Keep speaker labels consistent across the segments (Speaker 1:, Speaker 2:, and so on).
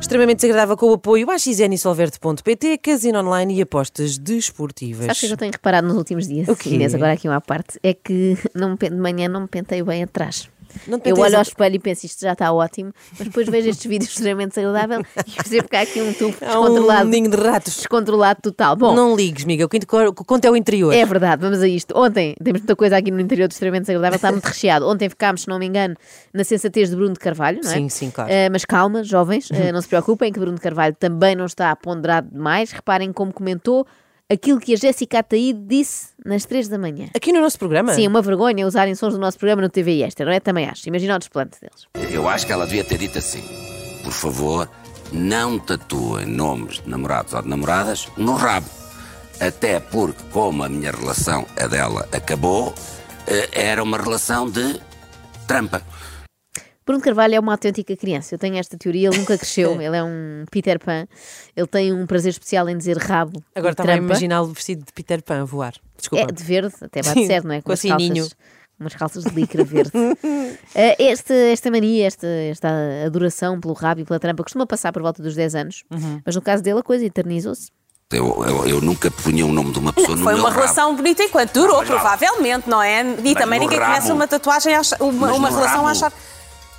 Speaker 1: extremamente desagradável com o apoio à XN e Solverde.pt, Casino Online e apostas desportivas.
Speaker 2: Sabes o que é que eu tenho reparado nos últimos dias,
Speaker 1: O quê?
Speaker 2: Inês, agora aqui uma à parte, é que não me pen- de manhã não me penteio bem atrás.
Speaker 1: Não te
Speaker 2: Eu
Speaker 1: penteas
Speaker 2: olho ao
Speaker 1: at-
Speaker 2: espelho e penso isto já está ótimo, mas depois vejo estes vídeos extremamente desagradável e percebo que há aqui um tubo
Speaker 1: Há um
Speaker 2: descontrolado,
Speaker 1: ninho de ratos.
Speaker 2: descontrolado total. Bom,
Speaker 1: Não ligues, Miguel, que conta é o interior.
Speaker 2: É verdade, vamos a isto. Ontem, temos muita coisa aqui no interior do extremamente desagradável, está muito recheado. Ontem ficámos, se não me engano, na sensatez de Bruno de Carvalho, não é?
Speaker 1: Sim, sim, claro. Uhum.
Speaker 2: Eh, mas calma, jovens, eh, não se preocupem que Bruno de Carvalho também não está ponderado demais. Reparem como comentou aquilo que a Jéssica Ataíde disse nas três da manhã.
Speaker 1: Aqui no nosso programa?
Speaker 2: Sim, é uma vergonha usarem sons do nosso programa no TV Extra, não é? Também acho. Imagina o desplante deles.
Speaker 3: Eu acho que ela devia ter dito assim: por favor, não tatuem nomes de namorados ou de namoradas no rabo. Até porque, como a minha relação, a dela, acabou, eh, era uma relação de trampa.
Speaker 2: Bruno Carvalho é uma autêntica criança. Eu tenho esta teoria, ele nunca cresceu. ele é um Peter Pan. Ele tem um prazer especial em dizer rabo.
Speaker 1: Agora
Speaker 2: e
Speaker 1: estava a
Speaker 2: um trampa.
Speaker 1: imaginá-lo vestido de Peter Pan a voar.
Speaker 2: É,
Speaker 1: Desculpa.
Speaker 2: de verde, até bate
Speaker 1: Sim,
Speaker 2: certo, não é?
Speaker 1: com
Speaker 2: umas
Speaker 1: sininho.
Speaker 2: calças, umas calças de licra verde. Eh, esta, esta mania, esta, esta adoração pelo rabo e pela trampa costuma passar por volta dos 10 anos,
Speaker 1: Uhum.
Speaker 2: mas no caso dele a coisa eternizou-se.
Speaker 3: Eu, eu- eu nunca punha o nome de uma pessoa no
Speaker 4: Foi
Speaker 3: meu
Speaker 4: uma
Speaker 3: rabo.
Speaker 4: relação bonita enquanto durou,
Speaker 3: Mas não.
Speaker 4: provavelmente, não é? E também
Speaker 3: no
Speaker 4: ninguém
Speaker 3: rabo.
Speaker 4: começa uma tatuagem, a achar- uma,
Speaker 3: Mas
Speaker 4: uma
Speaker 3: no
Speaker 4: relação a
Speaker 3: rabo.
Speaker 4: achar.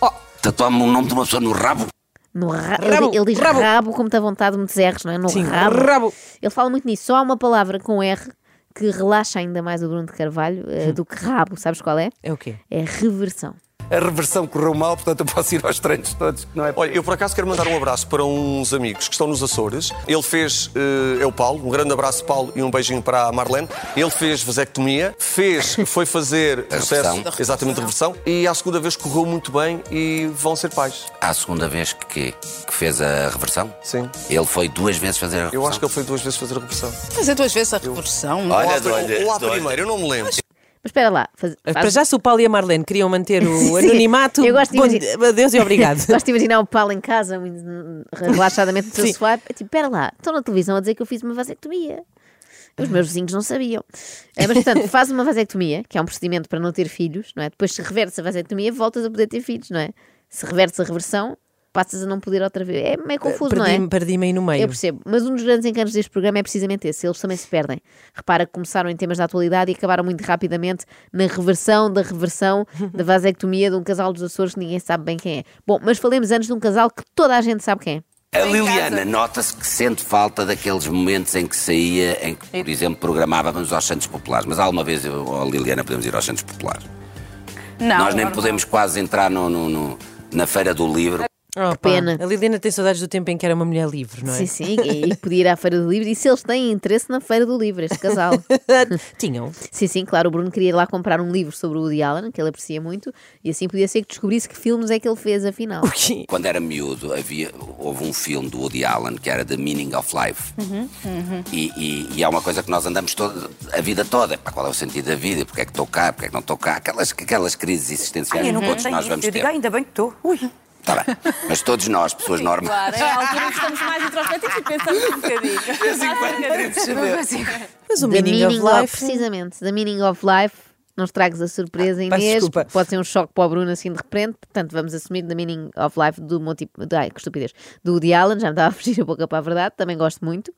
Speaker 4: Oh,
Speaker 3: Tatuar-me o nome de uma pessoa no rabo?
Speaker 2: No ra-
Speaker 1: Rabo,
Speaker 2: ele, ele diz
Speaker 1: rabo.
Speaker 2: rabo, com muita vontade, muitos R's, não é? No
Speaker 1: Sim,
Speaker 2: rabo.
Speaker 1: rabo.
Speaker 2: Ele fala muito nisso. Só há uma palavra com R que relaxa ainda mais o Bruno de Carvalho
Speaker 1: Hum.
Speaker 2: eh, do que rabo. Sabes qual é?
Speaker 1: É o quê?
Speaker 2: É reversão.
Speaker 5: A reversão correu mal, portanto eu posso ir aos treinos todos, não é?
Speaker 6: Olha, eu por acaso quero mandar um abraço para uns amigos que estão nos Açores. Ele fez, eh, é o Paulo, um grande abraço Paulo e um beijinho para a Marlene. Ele fez vasectomia, fez, foi fazer processo,
Speaker 3: reversão.
Speaker 6: exatamente reversão, e à segunda vez correu muito bem e vão ser pais.
Speaker 3: À segunda vez que, que fez a reversão?
Speaker 6: Sim.
Speaker 3: Ele foi duas vezes fazer a reversão.
Speaker 6: Eu acho que ele foi duas vezes fazer a reversão.
Speaker 7: Fazer duas vezes a reversão.
Speaker 6: Ou
Speaker 3: Olha,
Speaker 6: à-
Speaker 3: olha,
Speaker 6: ou à
Speaker 3: olha.
Speaker 6: primeira, eu não me lembro.
Speaker 2: Mas espera lá. Faz,
Speaker 1: Eh,
Speaker 2: um
Speaker 1: Para
Speaker 2: faz-
Speaker 1: já, se o Paulo e a Marlene queriam manter o
Speaker 2: Sim,
Speaker 1: anonimato,
Speaker 2: eu gosto de
Speaker 1: bom,
Speaker 2: imagi-
Speaker 1: adeus e obrigado.
Speaker 2: Gosto de imaginar o Paulo em casa, muito relaxadamente no seu
Speaker 1: Sim.
Speaker 2: sofá. Tipo, espera lá, estão na televisão a dizer que eu fiz uma vasectomia. Os meus vizinhos não sabiam. Eh, Mas, portanto, faz uma vasectomia, que é um procedimento para não ter filhos, não é? Depois, se revertes a vasectomia, voltas a poder ter filhos, não é? Se revertes a reversão, passas a não poder outra vez. É meio confuso, não
Speaker 1: Eh,
Speaker 2: é?
Speaker 1: Perdi-me perdi aí no meio.
Speaker 2: Eu percebo, mas um dos grandes encantos deste programa é precisamente esse, eles também se perdem. Repara que começaram em temas da atualidade e acabaram muito rapidamente na reversão da reversão da vasectomia de um casal dos Açores que ninguém sabe bem quem é. Bom, mas falemos antes de um casal que toda a gente sabe quem é.
Speaker 3: A Liliana nota-se que sente falta daqueles momentos em que saía, em que, por exemplo, programávamos aos Santos Populares. Mas alguma vez eu ou a Liliana podemos ir aos Santos Populares.
Speaker 7: Não,
Speaker 3: Nós nem
Speaker 7: normal.
Speaker 3: podemos quase entrar no- no- no- na Feira do Livro.
Speaker 1: Oh, pá,
Speaker 2: pena.
Speaker 1: A Liliana tem saudades do tempo em que era uma mulher livre, não é?
Speaker 2: Sim, sim, e, e podia ir à Feira do Livro. E se eles têm interesse na Feira do Livro, este casal?
Speaker 1: Ah, Tinham.
Speaker 2: sim, sim, claro, o Bruno queria ir lá comprar um livro sobre o Woody Allen, que ele aprecia muito, e assim podia ser que descobrisse que filmes é que ele fez, afinal.
Speaker 3: Quando era miúdo, havia, houve um filme do Woody Allen que era The Meaning of Life.
Speaker 8: Uhum,
Speaker 3: E, e- e é uma coisa que nós andamos toda, a vida toda. Pá, qual é o sentido da vida? Porquê é que estou cá? Porquê é que não estou cá? Aquelas, aquelas crises existenciais
Speaker 8: Ai, eu não
Speaker 3: que todos
Speaker 8: contei
Speaker 3: nós
Speaker 8: isso.
Speaker 3: vamos
Speaker 8: Eu
Speaker 3: ter.
Speaker 8: digo, ainda bem que estou. Ui.
Speaker 3: Tá bem. Mas todos nós, pessoas normais.
Speaker 4: claro, é a altura em que estamos mais introspectivos e pensamos um bocadinho.
Speaker 1: Mas o
Speaker 2: The
Speaker 1: Meaning of Life.
Speaker 2: precisamente, The Meaning of Life. Não estragues a surpresa,
Speaker 1: Ah, peço
Speaker 2: Inês.
Speaker 1: desculpa.
Speaker 2: Pode ser um choque para o Bruno assim de repente. Portanto, vamos assumir The Meaning of Life do Monty... Ai, que estupidez. Do Woody Allen, já me estava a fugir a boca para a verdade. Também gosto muito.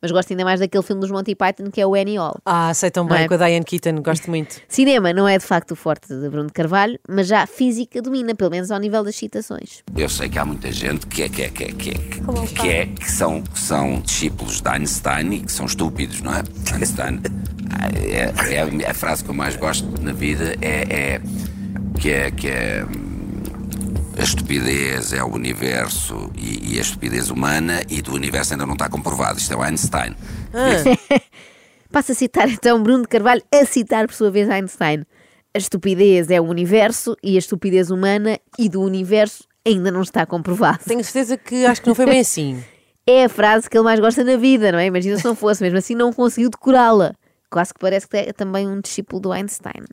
Speaker 2: Mas gosto ainda mais daquele filme dos Monty Python que é o Any All.
Speaker 1: Ah, sei tão
Speaker 2: Não
Speaker 1: bem
Speaker 2: é?
Speaker 1: com a Diane Keaton, gosto muito.
Speaker 2: Cinema não é de facto o forte de Bruno de Carvalho, mas já a física domina, pelo menos ao nível das citações.
Speaker 3: Eu sei que há muita gente que é que é que é que é que, que é que são que são discípulos de Einstein e que são estúpidos, não é? Einstein ah, é, é a minha- a frase que eu mais gosto na vida é, é que é que é hum, a estupidez é o universo e, e a estupidez humana e do universo ainda não está comprovado. Isto é o Einstein.
Speaker 2: Passo a citar então Bruno de Carvalho a citar por sua vez Einstein. A estupidez é o universo e a estupidez humana e do universo ainda não está comprovado.
Speaker 1: Tenho certeza que acho que não foi bem assim.
Speaker 2: é a frase que ele mais gosta na vida, não é? Imagina se não fosse, mesmo assim não conseguiu decorá-la. Quase que parece que é também um discípulo do Einstein.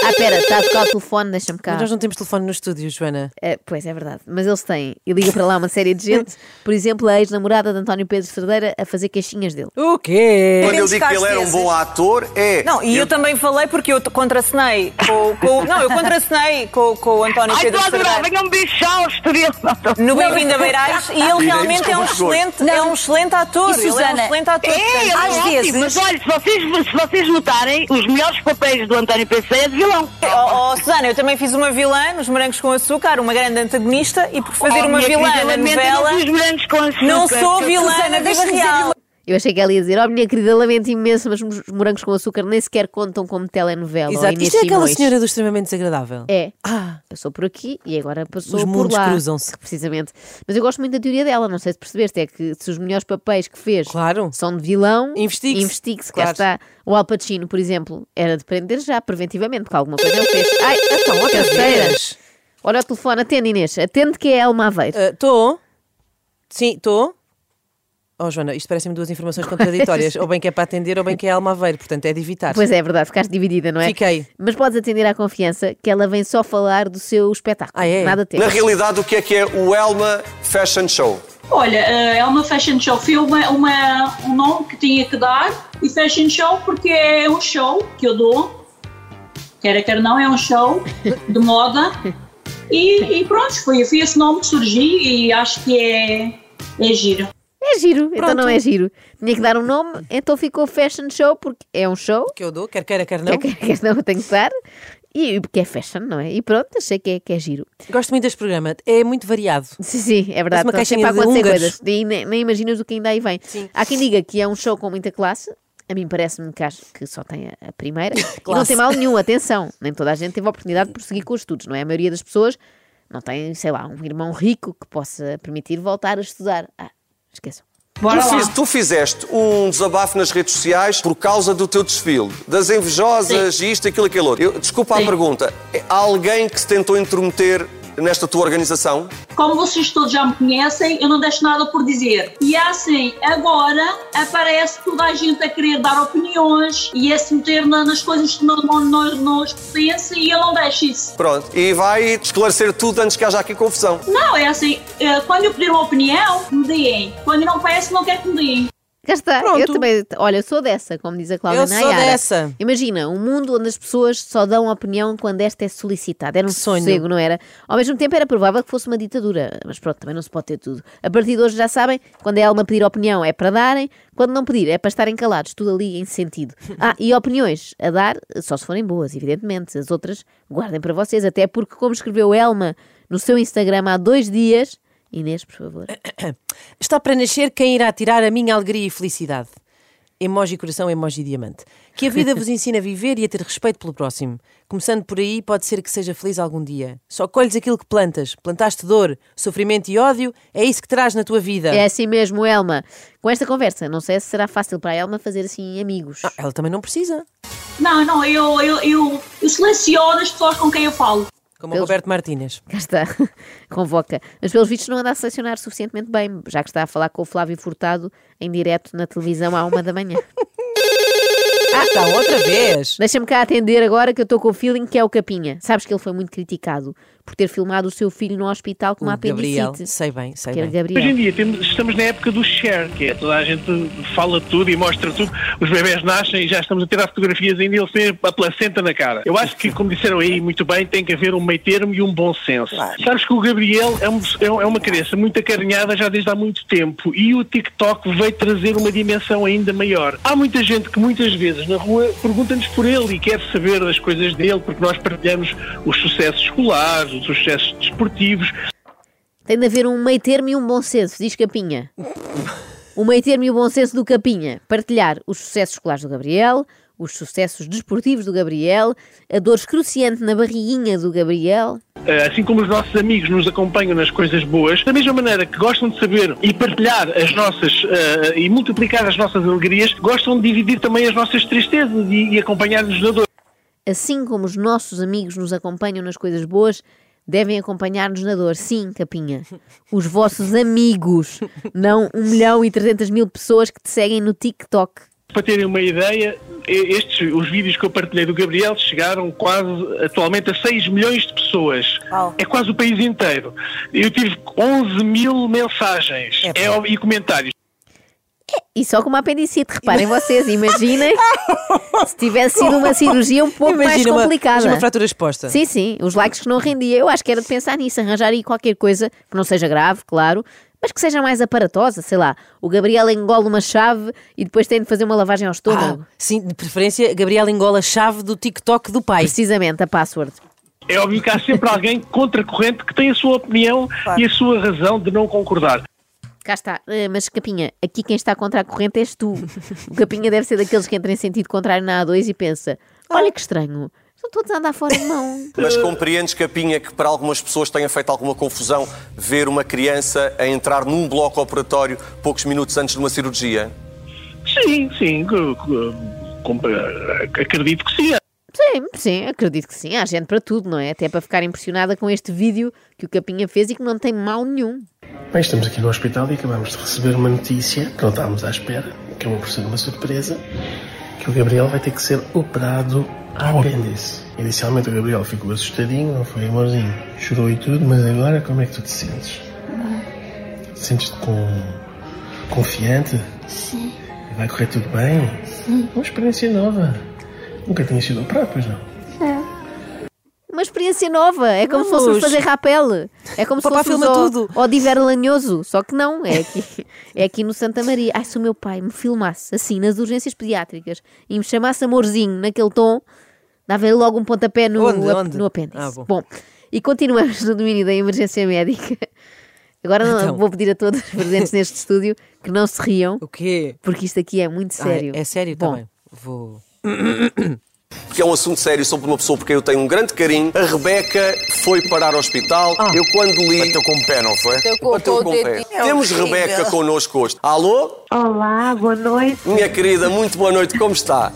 Speaker 2: Ah, pera, está a tocar o telefone, deixa-me cá.
Speaker 1: Mas nós não temos telefone no estúdio, Joana.
Speaker 2: Eh, pois é verdade, mas eles têm. E liga para lá uma série de gente, por exemplo, a ex-namorada de António Pedro Cerdeira a fazer queixinhas dele.
Speaker 1: O quê?
Speaker 6: Quando eu digo que ele era um bom ator, é.
Speaker 4: Não, e eu, também falei porque eu t- contracenei com, com- Não, eu contracenei com, com o António
Speaker 8: Ai, tu
Speaker 4: Pedro
Speaker 8: adorava,
Speaker 4: Cerdeira
Speaker 8: venha um bichão, Estoril.
Speaker 4: no Bem-vindo a Beirais e ele
Speaker 6: Direi-vos
Speaker 4: realmente
Speaker 6: com
Speaker 4: é um,
Speaker 6: rigor.
Speaker 4: excelente, é um excelente ator.
Speaker 7: E
Speaker 4: ele é
Speaker 7: Susana,
Speaker 4: um excelente ator.
Speaker 8: É, ele
Speaker 4: portanto,
Speaker 8: é ótimo, mas olha, se vocês, se vocês notarem, os melhores papéis do António Peixoto é de vilão.
Speaker 4: Oh, oh, Susana, eu também fiz uma vilã nos Morangos com Açúcar, uma grande antagonista, e por fazer
Speaker 8: Oh,
Speaker 4: uma
Speaker 8: minha
Speaker 4: vilã
Speaker 8: querida,
Speaker 4: na
Speaker 8: lamento,
Speaker 4: novela,
Speaker 8: Eu não fiz grandes com açúcar.
Speaker 4: não sou vilã na vida
Speaker 1: deixa-me
Speaker 4: real.
Speaker 2: Eu achei que ela ia dizer, oh minha querida, lamento imenso, mas os morangos com açúcar nem sequer contam como telenovela. ou
Speaker 1: Exato.
Speaker 2: Inês
Speaker 1: Isto é aquela
Speaker 2: Simões.
Speaker 1: senhora do extremamente desagradável.
Speaker 2: É.
Speaker 1: Ah,
Speaker 2: Eu sou por aqui e agora passou
Speaker 1: Os
Speaker 2: por
Speaker 1: mundos
Speaker 2: lá.
Speaker 1: cruzam-se.
Speaker 2: Precisamente. Mas eu gosto muito da teoria dela, não sei se percebeste, é que se os melhores papéis que fez
Speaker 1: Claro.
Speaker 2: são de vilão,
Speaker 1: Investigue-se.
Speaker 2: investigue-se.
Speaker 1: Claro.
Speaker 2: Cá está. O Al Pacino, por exemplo, era de prender já, preventivamente, porque alguma coisa ele fez. Ai, então, outra
Speaker 1: cadeiras.
Speaker 2: Olha o telefone, atende Inês, atende que é a Elma Aveiro.
Speaker 1: Estou? ah, Sim, estou? Oh, Joana, isto parecem-me duas informações contraditórias. ou bem que é para atender, ou bem que é Alma Aveiro. Portanto, é de evitar.
Speaker 2: Pois é, é verdade, ficaste dividida, não é?
Speaker 1: Fiquei.
Speaker 2: Mas podes atender à confiança que ela vem só falar do seu espetáculo.
Speaker 1: Ah, é?
Speaker 2: Nada tem.
Speaker 6: Na realidade, o que é que é o Elma Fashion Show?
Speaker 9: Olha, eh, é uma fashion show, foi uma, uma- um nome que tinha que dar, e fashion show porque é um show que eu dou, quer quer não, é um show de moda, e, e pronto, foi, foi esse nome que surgiu e acho que é, é giro.
Speaker 2: É giro, então não é giro. Tinha que dar um nome, então ficou Fashion Show, porque é um show.
Speaker 1: Que eu dou, quer queira, quer não.
Speaker 2: Quer quer quer não, tem que dar. E porque é fashion, não é? E pronto, achei que é, que é giro.
Speaker 1: Gosto muito deste programa. É muito variado.
Speaker 2: Sim, sim, é verdade.
Speaker 1: Parece uma caixinha
Speaker 2: Estão sempre a
Speaker 1: de
Speaker 2: acontecer
Speaker 1: húngaros.
Speaker 2: coisas. E nem, nem imaginas o que ainda aí vem. Há quem diga que é um show com muita classe. A mim parece-me que acho que só tem a, a primeira. e não
Speaker 1: Classe.
Speaker 2: tem mal nenhum, atenção. Nem toda a gente teve a oportunidade de prosseguir com os estudos, não é? A maioria das pessoas não tem, sei lá, um irmão rico que possa permitir voltar a estudar. Ah, esqueçam.
Speaker 9: Bora
Speaker 6: Tu,
Speaker 9: lá.
Speaker 6: fiz- tu fizeste um desabafo nas redes sociais por causa do teu desfile, das invejosas, isto, aquilo, aquilo outro. Eu- desculpa a
Speaker 9: Sim.
Speaker 6: pergunta. Há alguém que se tentou intrometer nesta tua organização?
Speaker 9: Como vocês todos já me conhecem, eu não deixo nada por dizer. E é assim, agora aparece toda a gente a querer dar opiniões e a se meter na- nas coisas que não, não, não, não os pertencem e eu não deixo isso.
Speaker 6: Pronto. E vai esclarecer tudo antes que haja aqui confusão.
Speaker 9: Não, é assim, eh, quando eu pedir uma opinião, me deem. Quando não peço, não quero que me deem.
Speaker 2: Cá está, eu
Speaker 1: Pronto.
Speaker 2: também, olha, eu sou dessa, como diz a Cláudia
Speaker 1: Eu sou
Speaker 2: Nayara.
Speaker 1: dessa.
Speaker 2: Imagina, um mundo onde as pessoas só dão opinião quando esta é solicitada. Era um
Speaker 1: Que sonho.
Speaker 2: sossego, não era? Ao mesmo tempo era provável que fosse uma ditadura, mas pronto, também não se pode ter tudo. A partir de hoje já sabem, quando é Elma pedir opinião é para darem, quando não pedir é para estarem calados, tudo ali em sentido. Ah, e opiniões a dar, só se forem boas, evidentemente, as outras guardem para vocês, até porque como escreveu Elma no seu Instagram há dois dias, Inês, por favor.
Speaker 1: Está para nascer quem irá tirar a minha alegria e felicidade. Emoji coração, emoji diamante. Que a vida vos ensina a viver e a ter respeito pelo próximo. Começando por aí, pode ser que seja feliz algum dia. Só colhes aquilo que plantas. Plantaste dor, sofrimento e ódio, é isso que terás na tua vida.
Speaker 2: É assim mesmo, Elma. Com esta conversa, não sei se será fácil para a Elma fazer assim amigos.
Speaker 1: Ah, ela também não precisa.
Speaker 9: Não, não, eu, eu, eu, eu seleciono as pessoas com quem eu falo.
Speaker 1: Como o
Speaker 2: Pelos-
Speaker 1: Roberto Martínez.
Speaker 2: Cá está, convoca. Mas pelos vistos não anda a selecionar suficientemente bem, já que está a falar com o Flávio Furtado em direto na televisão à uma da manhã.
Speaker 1: Ah, tá, outra vez.
Speaker 2: Deixa-me cá atender agora que eu estou com o feeling que é o Capinha. Sabes que ele foi muito criticado por ter filmado o seu filho no hospital com uma
Speaker 1: O Gabriel,
Speaker 2: apendicite. é
Speaker 1: sei bem, sei
Speaker 2: Que era
Speaker 1: bem.
Speaker 10: Hoje em
Speaker 2: Gabriel.
Speaker 10: dia temos- estamos na época do share, que é toda a gente fala tudo e mostra tudo. Os bebés nascem e já estamos a tirar fotografias ainda e eles têm a placenta na cara. Eu acho que, como disseram aí muito bem, tem que haver um meio termo e um bom senso. Sabes que o Gabriel é, um- é um- é uma criança muito acarinhada já desde há muito tempo e o TikTok veio trazer uma dimensão ainda maior. Há muita gente que muitas vezes na rua pergunta-nos por ele e quer saber das coisas dele porque nós partilhamos os sucessos escolares, os sucessos desportivos,
Speaker 2: Tem de haver um meio termo e um bom senso, diz Capinha. O meio termo e o bom senso do Capinha. Partilhar os sucessos escolares do Gabriel, os sucessos desportivos do Gabriel, a dor excruciante na barriguinha do Gabriel.
Speaker 10: Uh, assim como os nossos amigos nos acompanham nas coisas boas, da mesma maneira que gostam de saber e partilhar as nossas uh, e multiplicar as nossas alegrias, gostam de dividir também as nossas tristezas e, e acompanhar-nos na dor.
Speaker 2: Assim como os nossos amigos nos acompanham nas coisas boas, devem acompanhar-nos na dor. Sim, Capinha. Os um vossos amigos, não 1 milhão e 300 mil pessoas que te seguem no TikTok.
Speaker 10: Para terem uma ideia, e- estes, os vídeos que eu partilhei do Gabriel chegaram quase atualmente a 6 milhões de pessoas. É quase o país inteiro. Eu tive 11 mil mensagens É óbvio- e comentários.
Speaker 2: E só com uma apendicite, reparem vocês, imaginem se tivesse sido uma cirurgia um pouco mais
Speaker 1: Imagina uma-
Speaker 2: complicada.
Speaker 1: imagina uma fratura exposta.
Speaker 2: Sim, sim, os likes que não rendia. Eu acho que era de pensar nisso, arranjar aí qualquer coisa que não seja grave, claro, mas que seja mais aparatosa, sei lá. O Gabriel engole uma chave e depois tem de fazer uma lavagem ao estômago.
Speaker 1: Ah, Sim, de preferência, Gabriel engola a chave do TikTok do pai.
Speaker 2: Precisamente, a password.
Speaker 10: É óbvio que há sempre alguém contracorrente que tem a sua opinião e a sua razão de não concordar.
Speaker 2: Cá está. Eh, Mas, Capinha, aqui quem está contra a corrente és tu. O Capinha deve ser daqueles que entram em sentido contrário na A2 e pensa:
Speaker 1: Ah.
Speaker 2: olha que estranho, estão todos a andar fora de mão.
Speaker 6: Mas compreendes, Capinha, que para algumas pessoas tenha feito alguma confusão ver uma criança a entrar num bloco operatório poucos minutos antes de uma cirurgia?
Speaker 10: Sim, sim, co- co- com- acredito que sim.
Speaker 2: Sim, sim, acredito que sim. Há gente para tudo, não é? Até para ficar impressionada com este vídeo que o Capinha fez e que não tem mal nenhum.
Speaker 11: Bem, estamos aqui no hospital e acabamos de receber uma notícia que não estávamos à espera, que acabou por ser uma surpresa, que o Gabriel vai ter que ser operado ao apêndice. Inicialmente o Gabriel ficou assustadinho, não foi amorzinho, chorou e tudo, mas agora como é que tu te sentes? Sentes-te com... confiante?
Speaker 12: Sim,
Speaker 11: Vai correr tudo bem?
Speaker 12: sim.
Speaker 11: Uma experiência nova. Nunca tinha sido operado, pois não?
Speaker 2: Uma experiência nova. É como se
Speaker 1: Vamos.
Speaker 2: fosse fazer rapel. É como se
Speaker 1: Papá
Speaker 2: fosse
Speaker 1: filma tudo.
Speaker 2: O Diver Lanhoso. Só que não. É aqui, é aqui no Santa Maria. Ai, se o meu pai me filmasse assim nas urgências pediátricas e me chamasse amorzinho naquele tom, dava-lhe logo um pontapé no,
Speaker 1: Onde?
Speaker 2: ap-
Speaker 1: Onde?
Speaker 2: no apêndice.
Speaker 1: Ah, bom.
Speaker 2: e continuamos no domínio da emergência médica. Agora não-
Speaker 1: Então.
Speaker 2: vou pedir a todos os presentes neste estúdio que não se riam.
Speaker 1: O quê?
Speaker 2: Porque isto aqui é muito
Speaker 1: Ah,
Speaker 2: sério.
Speaker 1: é sério
Speaker 2: Bom,
Speaker 1: também. Vou.
Speaker 6: Porque é um assunto sério sobre uma pessoa porque eu tenho um grande carinho. A Rebeca foi parar ao hospital. Eu quando li. Bateu com o pé, não
Speaker 13: Ah.
Speaker 6: foi?
Speaker 13: Bateu com-
Speaker 6: Bateu
Speaker 13: com o
Speaker 6: com o pé.
Speaker 13: dedinho. É
Speaker 6: Temos
Speaker 13: horrível.
Speaker 6: Rebeca connosco hoje. Alô?
Speaker 13: Olá, boa noite.
Speaker 6: Minha querida, muito boa noite, como está?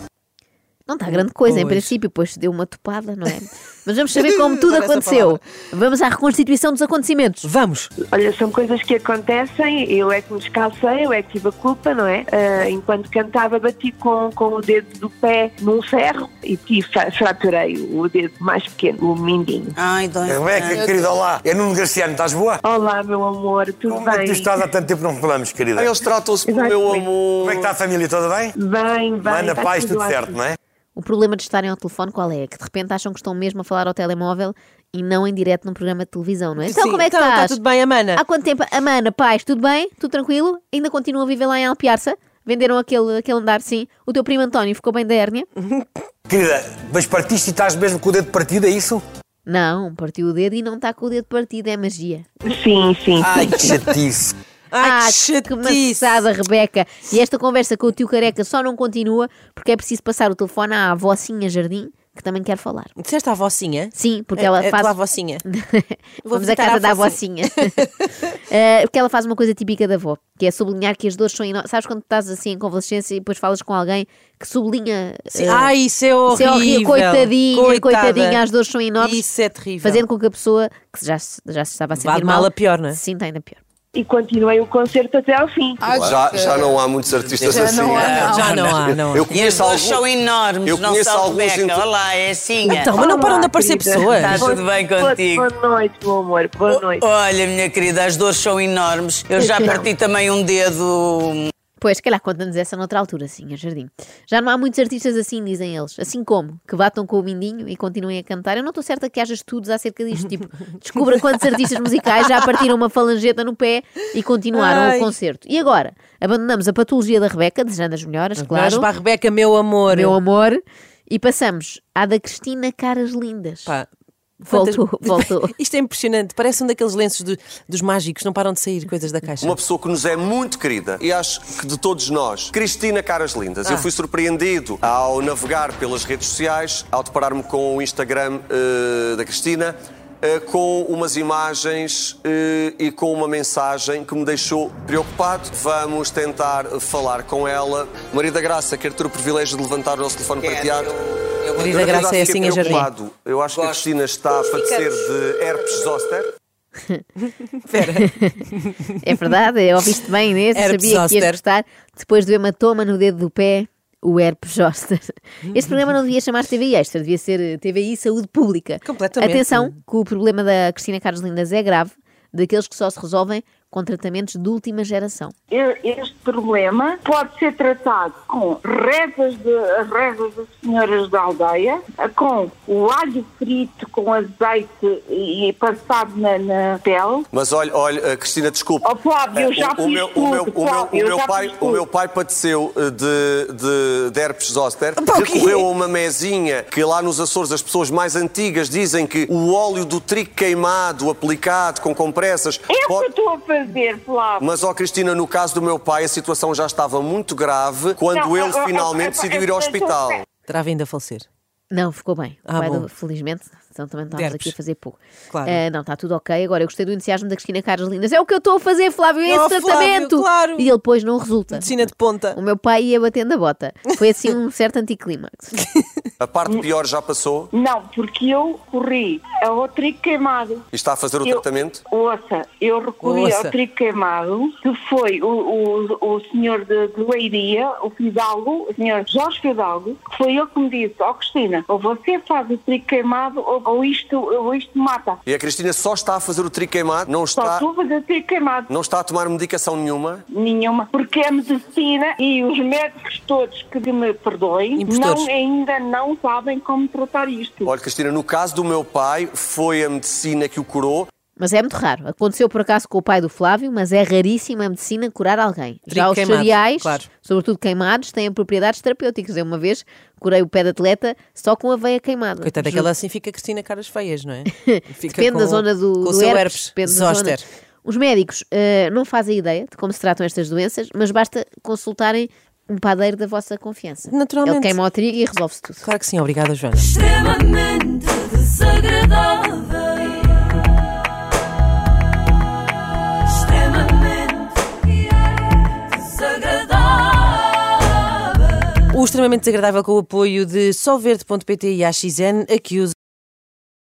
Speaker 2: Não está grande coisa, em princípio, pois deu uma topada, não é? Mas vamos saber como tudo
Speaker 13: Adoro essa
Speaker 2: aconteceu. Vamos à reconstituição dos acontecimentos.
Speaker 1: Vamos!
Speaker 13: Olha, são coisas que acontecem, eu é que me descalcei, eu é que tive a culpa, não é? Ah, enquanto cantava, bati com, com o dedo do pé num ferro e tive, fra- fraturei o dedo mais pequeno, o mindinho.
Speaker 7: Ai, dói.
Speaker 14: Rebeca, querida, olá. É Nuno Graciano, estás boa?
Speaker 13: Olá, meu amor, tudo
Speaker 14: Como é que
Speaker 13: bem?
Speaker 14: tu estás? Há tanto tempo não falamos, querida.
Speaker 13: Ah, eles
Speaker 6: tratam-se
Speaker 13: pelo meu Exatamente.
Speaker 14: amor. Como é que está a família? Toda bem?
Speaker 13: Bem, bem.
Speaker 14: Mana,
Speaker 13: está
Speaker 14: paz, tudo
Speaker 13: ótimo.
Speaker 14: certo, não é?
Speaker 2: O problema de estarem ao telefone qual é? Que de repente acham que estão mesmo a falar ao telemóvel e não em direto num programa de televisão, não é? Então
Speaker 1: Sim,
Speaker 2: como é que
Speaker 1: então,
Speaker 2: estás?
Speaker 1: está tudo bem, Amana?
Speaker 2: Há quanto tempo? Amana, paz, tudo bem? Tudo tranquilo? Ainda continuam a viver lá em Alpiarça? Venderam aquele, aquele andar, sim. O teu primo António ficou bem da hérnia?
Speaker 1: Uhum.
Speaker 14: Querida, mas partiste e estás mesmo com o dedo partido, é isso?
Speaker 2: Não, partiu o dedo e não está com o dedo partido, é magia.
Speaker 13: Sim, sim.
Speaker 14: Ai, que chatice.
Speaker 2: Ai, que, Ah, que maçada, Rebeca. E esta conversa com o tio Careca só não continua porque é preciso passar o telefone à vocinha Jardim, que também quer falar.
Speaker 1: Disseste à vocinha?
Speaker 2: Sim, porque
Speaker 1: A-
Speaker 2: ela
Speaker 1: É, a
Speaker 2: faz.
Speaker 1: tua vocinha. Vou
Speaker 2: Vamos à
Speaker 1: visitar
Speaker 2: casa
Speaker 1: a
Speaker 2: da
Speaker 1: vocinha.
Speaker 2: vocinha. Eh, porque ela faz uma coisa típica da avó, que é sublinhar que as dores são enormes. Sabes quando estás assim em convalescência e depois falas com alguém que sublinha.
Speaker 1: Sim.
Speaker 2: eh,
Speaker 1: Ai, isso é horrível.
Speaker 2: Coitadinha,
Speaker 1: Coitada.
Speaker 2: coitadinha, as dores são enormes.
Speaker 1: Isso é terrível.
Speaker 2: Fazendo com que a pessoa que já, se- já se estava a sentir
Speaker 1: Vá de mal a pior,
Speaker 2: não é? Sim, está ainda pior.
Speaker 13: E continuei o concerto até ao fim.
Speaker 7: Ah,
Speaker 6: já, já não há muitos artistas
Speaker 13: Já
Speaker 6: assim.
Speaker 13: não há, não. Já
Speaker 7: não há,
Speaker 6: Eu conheço
Speaker 7: As duas
Speaker 6: alguns-
Speaker 7: são enormes,
Speaker 6: eu
Speaker 7: não
Speaker 6: conheço
Speaker 7: são,
Speaker 6: alguns
Speaker 7: Rebeca?
Speaker 6: entre-
Speaker 7: Olá, é assim. é.
Speaker 1: Então, mas não param de aparecer pessoas.
Speaker 7: Está tudo bem contigo?
Speaker 13: Boa noite, meu amor, boa noite.
Speaker 7: Olha, minha querida, as dores são enormes. Eu já
Speaker 2: Então.
Speaker 7: parti também um dedo. hum,
Speaker 2: Pois, se calhar conta-nos essa noutra altura, sim, a Jardim. Já não há muitos artistas assim, dizem eles. Assim como, que batam com o mindinho e continuem a cantar. Eu não estou certa que haja estudos acerca disto. Tipo, descubra quantos artistas musicais já partiram uma falangeta no pé e continuaram
Speaker 1: Ai.
Speaker 2: o concerto. E agora? Abandonamos a patologia da Rebeca, desejando as melhoras, claro.
Speaker 1: Mas para a Rebeca, meu amor.
Speaker 2: Meu amor. E passamos à da Cristina Caras Lindas.
Speaker 1: Pá,
Speaker 2: Voltou,
Speaker 1: quantas-
Speaker 2: voltou.
Speaker 1: Isto é impressionante. Parece um daqueles lenços do- dos mágicos. Não param de sair coisas da caixa.
Speaker 6: Uma pessoa que nos é muito querida e acho que de todos nós, Cristina Caras Lindas.
Speaker 1: Ah.
Speaker 6: Eu fui surpreendido ao navegar pelas redes sociais, ao deparar-me com o Instagram eh, da Cristina, eh, com umas imagens eh, e com uma mensagem que me deixou preocupado. Vamos tentar falar com ela. Maria da Graça, quero ter o privilégio de levantar o nosso telefone prateado.
Speaker 1: Maria
Speaker 6: Eu,
Speaker 1: da
Speaker 6: na
Speaker 1: Graça
Speaker 6: verdade,
Speaker 1: é
Speaker 6: fiquei
Speaker 1: assim a jardim.
Speaker 6: preocupado. Eu acho que a Cristina está a padecer de herpes zoster.
Speaker 2: É verdade, eu ouviste bem, Inês, eu
Speaker 1: Herpes
Speaker 2: sabia que ias
Speaker 1: zoster.
Speaker 2: gostar. Depois do hematoma no dedo do pé, o herpes zoster. Este programa não devia chamar-se TVI Extra, devia ser eh, TVI Saúde Pública.
Speaker 1: Completamente.
Speaker 2: Atenção, que o problema da Cristina Carlos Lindas é grave, daqueles que só se resolvem com tratamentos de última geração.
Speaker 12: Este problema pode ser tratado com rezas, de, as rezas das senhoras da aldeia, com o alho frito com azeite e passado na, na pele.
Speaker 6: Mas olha, olha, Cristina, desculpe.
Speaker 12: Oh, Flávio, eu já
Speaker 6: É, o,
Speaker 12: fiz
Speaker 6: o meu, o meu,
Speaker 12: tudo,
Speaker 6: o meu,
Speaker 12: Flávio,
Speaker 6: o
Speaker 12: eu
Speaker 6: meu
Speaker 12: já
Speaker 6: pai,
Speaker 12: fiz
Speaker 6: o
Speaker 12: tudo.
Speaker 6: meu pai padeceu eh, de, de, de herpes zoster. Recorreu a uma mezinha que lá nos Açores as pessoas mais antigas dizem que o óleo do trigo queimado aplicado com compressas
Speaker 12: É o que eu estou a fazer, Flávio.
Speaker 6: Mas, ó Cristina, no caso do meu pai, a situação já estava muito grave quando
Speaker 12: Não,
Speaker 6: ele
Speaker 12: eu- eu-
Speaker 6: finalmente
Speaker 12: eu-
Speaker 6: decidiu
Speaker 12: eu-
Speaker 6: ir ao
Speaker 12: eu-
Speaker 6: hospital.
Speaker 12: é-
Speaker 1: Terá vindo a falecer.
Speaker 2: Não, ficou bem.
Speaker 1: Ah,
Speaker 2: Vai do-
Speaker 1: bom.
Speaker 2: felizmente, então também não estávamos
Speaker 1: Derpes.
Speaker 2: aqui a fazer pouco.
Speaker 1: Claro.
Speaker 2: Ah, não, está tudo ok. Agora eu gostei do entusiasmo da Cristina Carlos Lindas. É o que eu estou a fazer, Flávio, é esse
Speaker 1: Oh, Flávio,
Speaker 2: tratamento.
Speaker 1: claro.
Speaker 2: E ele depois não resulta.
Speaker 1: Medicina de ponta.
Speaker 2: O meu pai ia batendo a bota. Foi assim um certo anticlímax.
Speaker 6: A parte pior já passou
Speaker 12: Não, porque eu corri ao trigo queimado.
Speaker 6: e está a fazer o
Speaker 12: Eu-
Speaker 6: tratamento?
Speaker 12: Ouça, eu recorri
Speaker 6: Ouça.
Speaker 12: ao trigo queimado, que foi o, o, o senhor de, de Leiria, o Fidalgo, o senhor Jorge Fidalgo, que foi ele que me disse, ó Cristina, ou você faz o trigo queimado ou, ou isto, ou isto mata.
Speaker 6: E a Cristina só está a fazer o trigo queimado, não
Speaker 12: Só
Speaker 6: está,
Speaker 12: estou a fazer trigo queimado.
Speaker 6: não está a tomar medicação nenhuma?
Speaker 12: Nenhuma, porque a medicina e os médicos todos que me perdoem
Speaker 6: Impostores.
Speaker 12: não, ainda não sabem como tratar isto.
Speaker 6: Olha, Cristina, no caso do meu pai, foi a medicina que o curou.
Speaker 2: Mas é muito raro. Aconteceu por acaso com o pai do Flávio, mas é raríssima a medicina curar alguém. Já
Speaker 1: Trigo
Speaker 2: os
Speaker 1: queimado,
Speaker 2: cereais,
Speaker 1: claro.
Speaker 2: sobretudo queimados, têm propriedades terapêuticas. Eu uma vez curei o pé de atleta só com aveia queimada.
Speaker 1: Coitada,
Speaker 2: Juro.
Speaker 1: aquela assim fica Cristina Caras Feias, não é? Fica
Speaker 2: Depende da
Speaker 1: com-
Speaker 2: zona do,
Speaker 1: com o
Speaker 2: do
Speaker 1: seu
Speaker 2: herpes.
Speaker 1: herpes.
Speaker 2: depende da
Speaker 1: zoster.
Speaker 2: zona. Os médicos eh, não fazem ideia de como se tratam estas doenças, mas basta consultarem um padeiro da vossa confiança.
Speaker 1: Naturalmente.
Speaker 2: Ele queima o trigo e resolve-se tudo.
Speaker 1: Claro que sim, obrigada, Joana.
Speaker 15: extremamente desagradável. Extremamente desagradável.
Speaker 1: O extremamente desagradável com o apoio de solverde.pt e AXN, a que usa.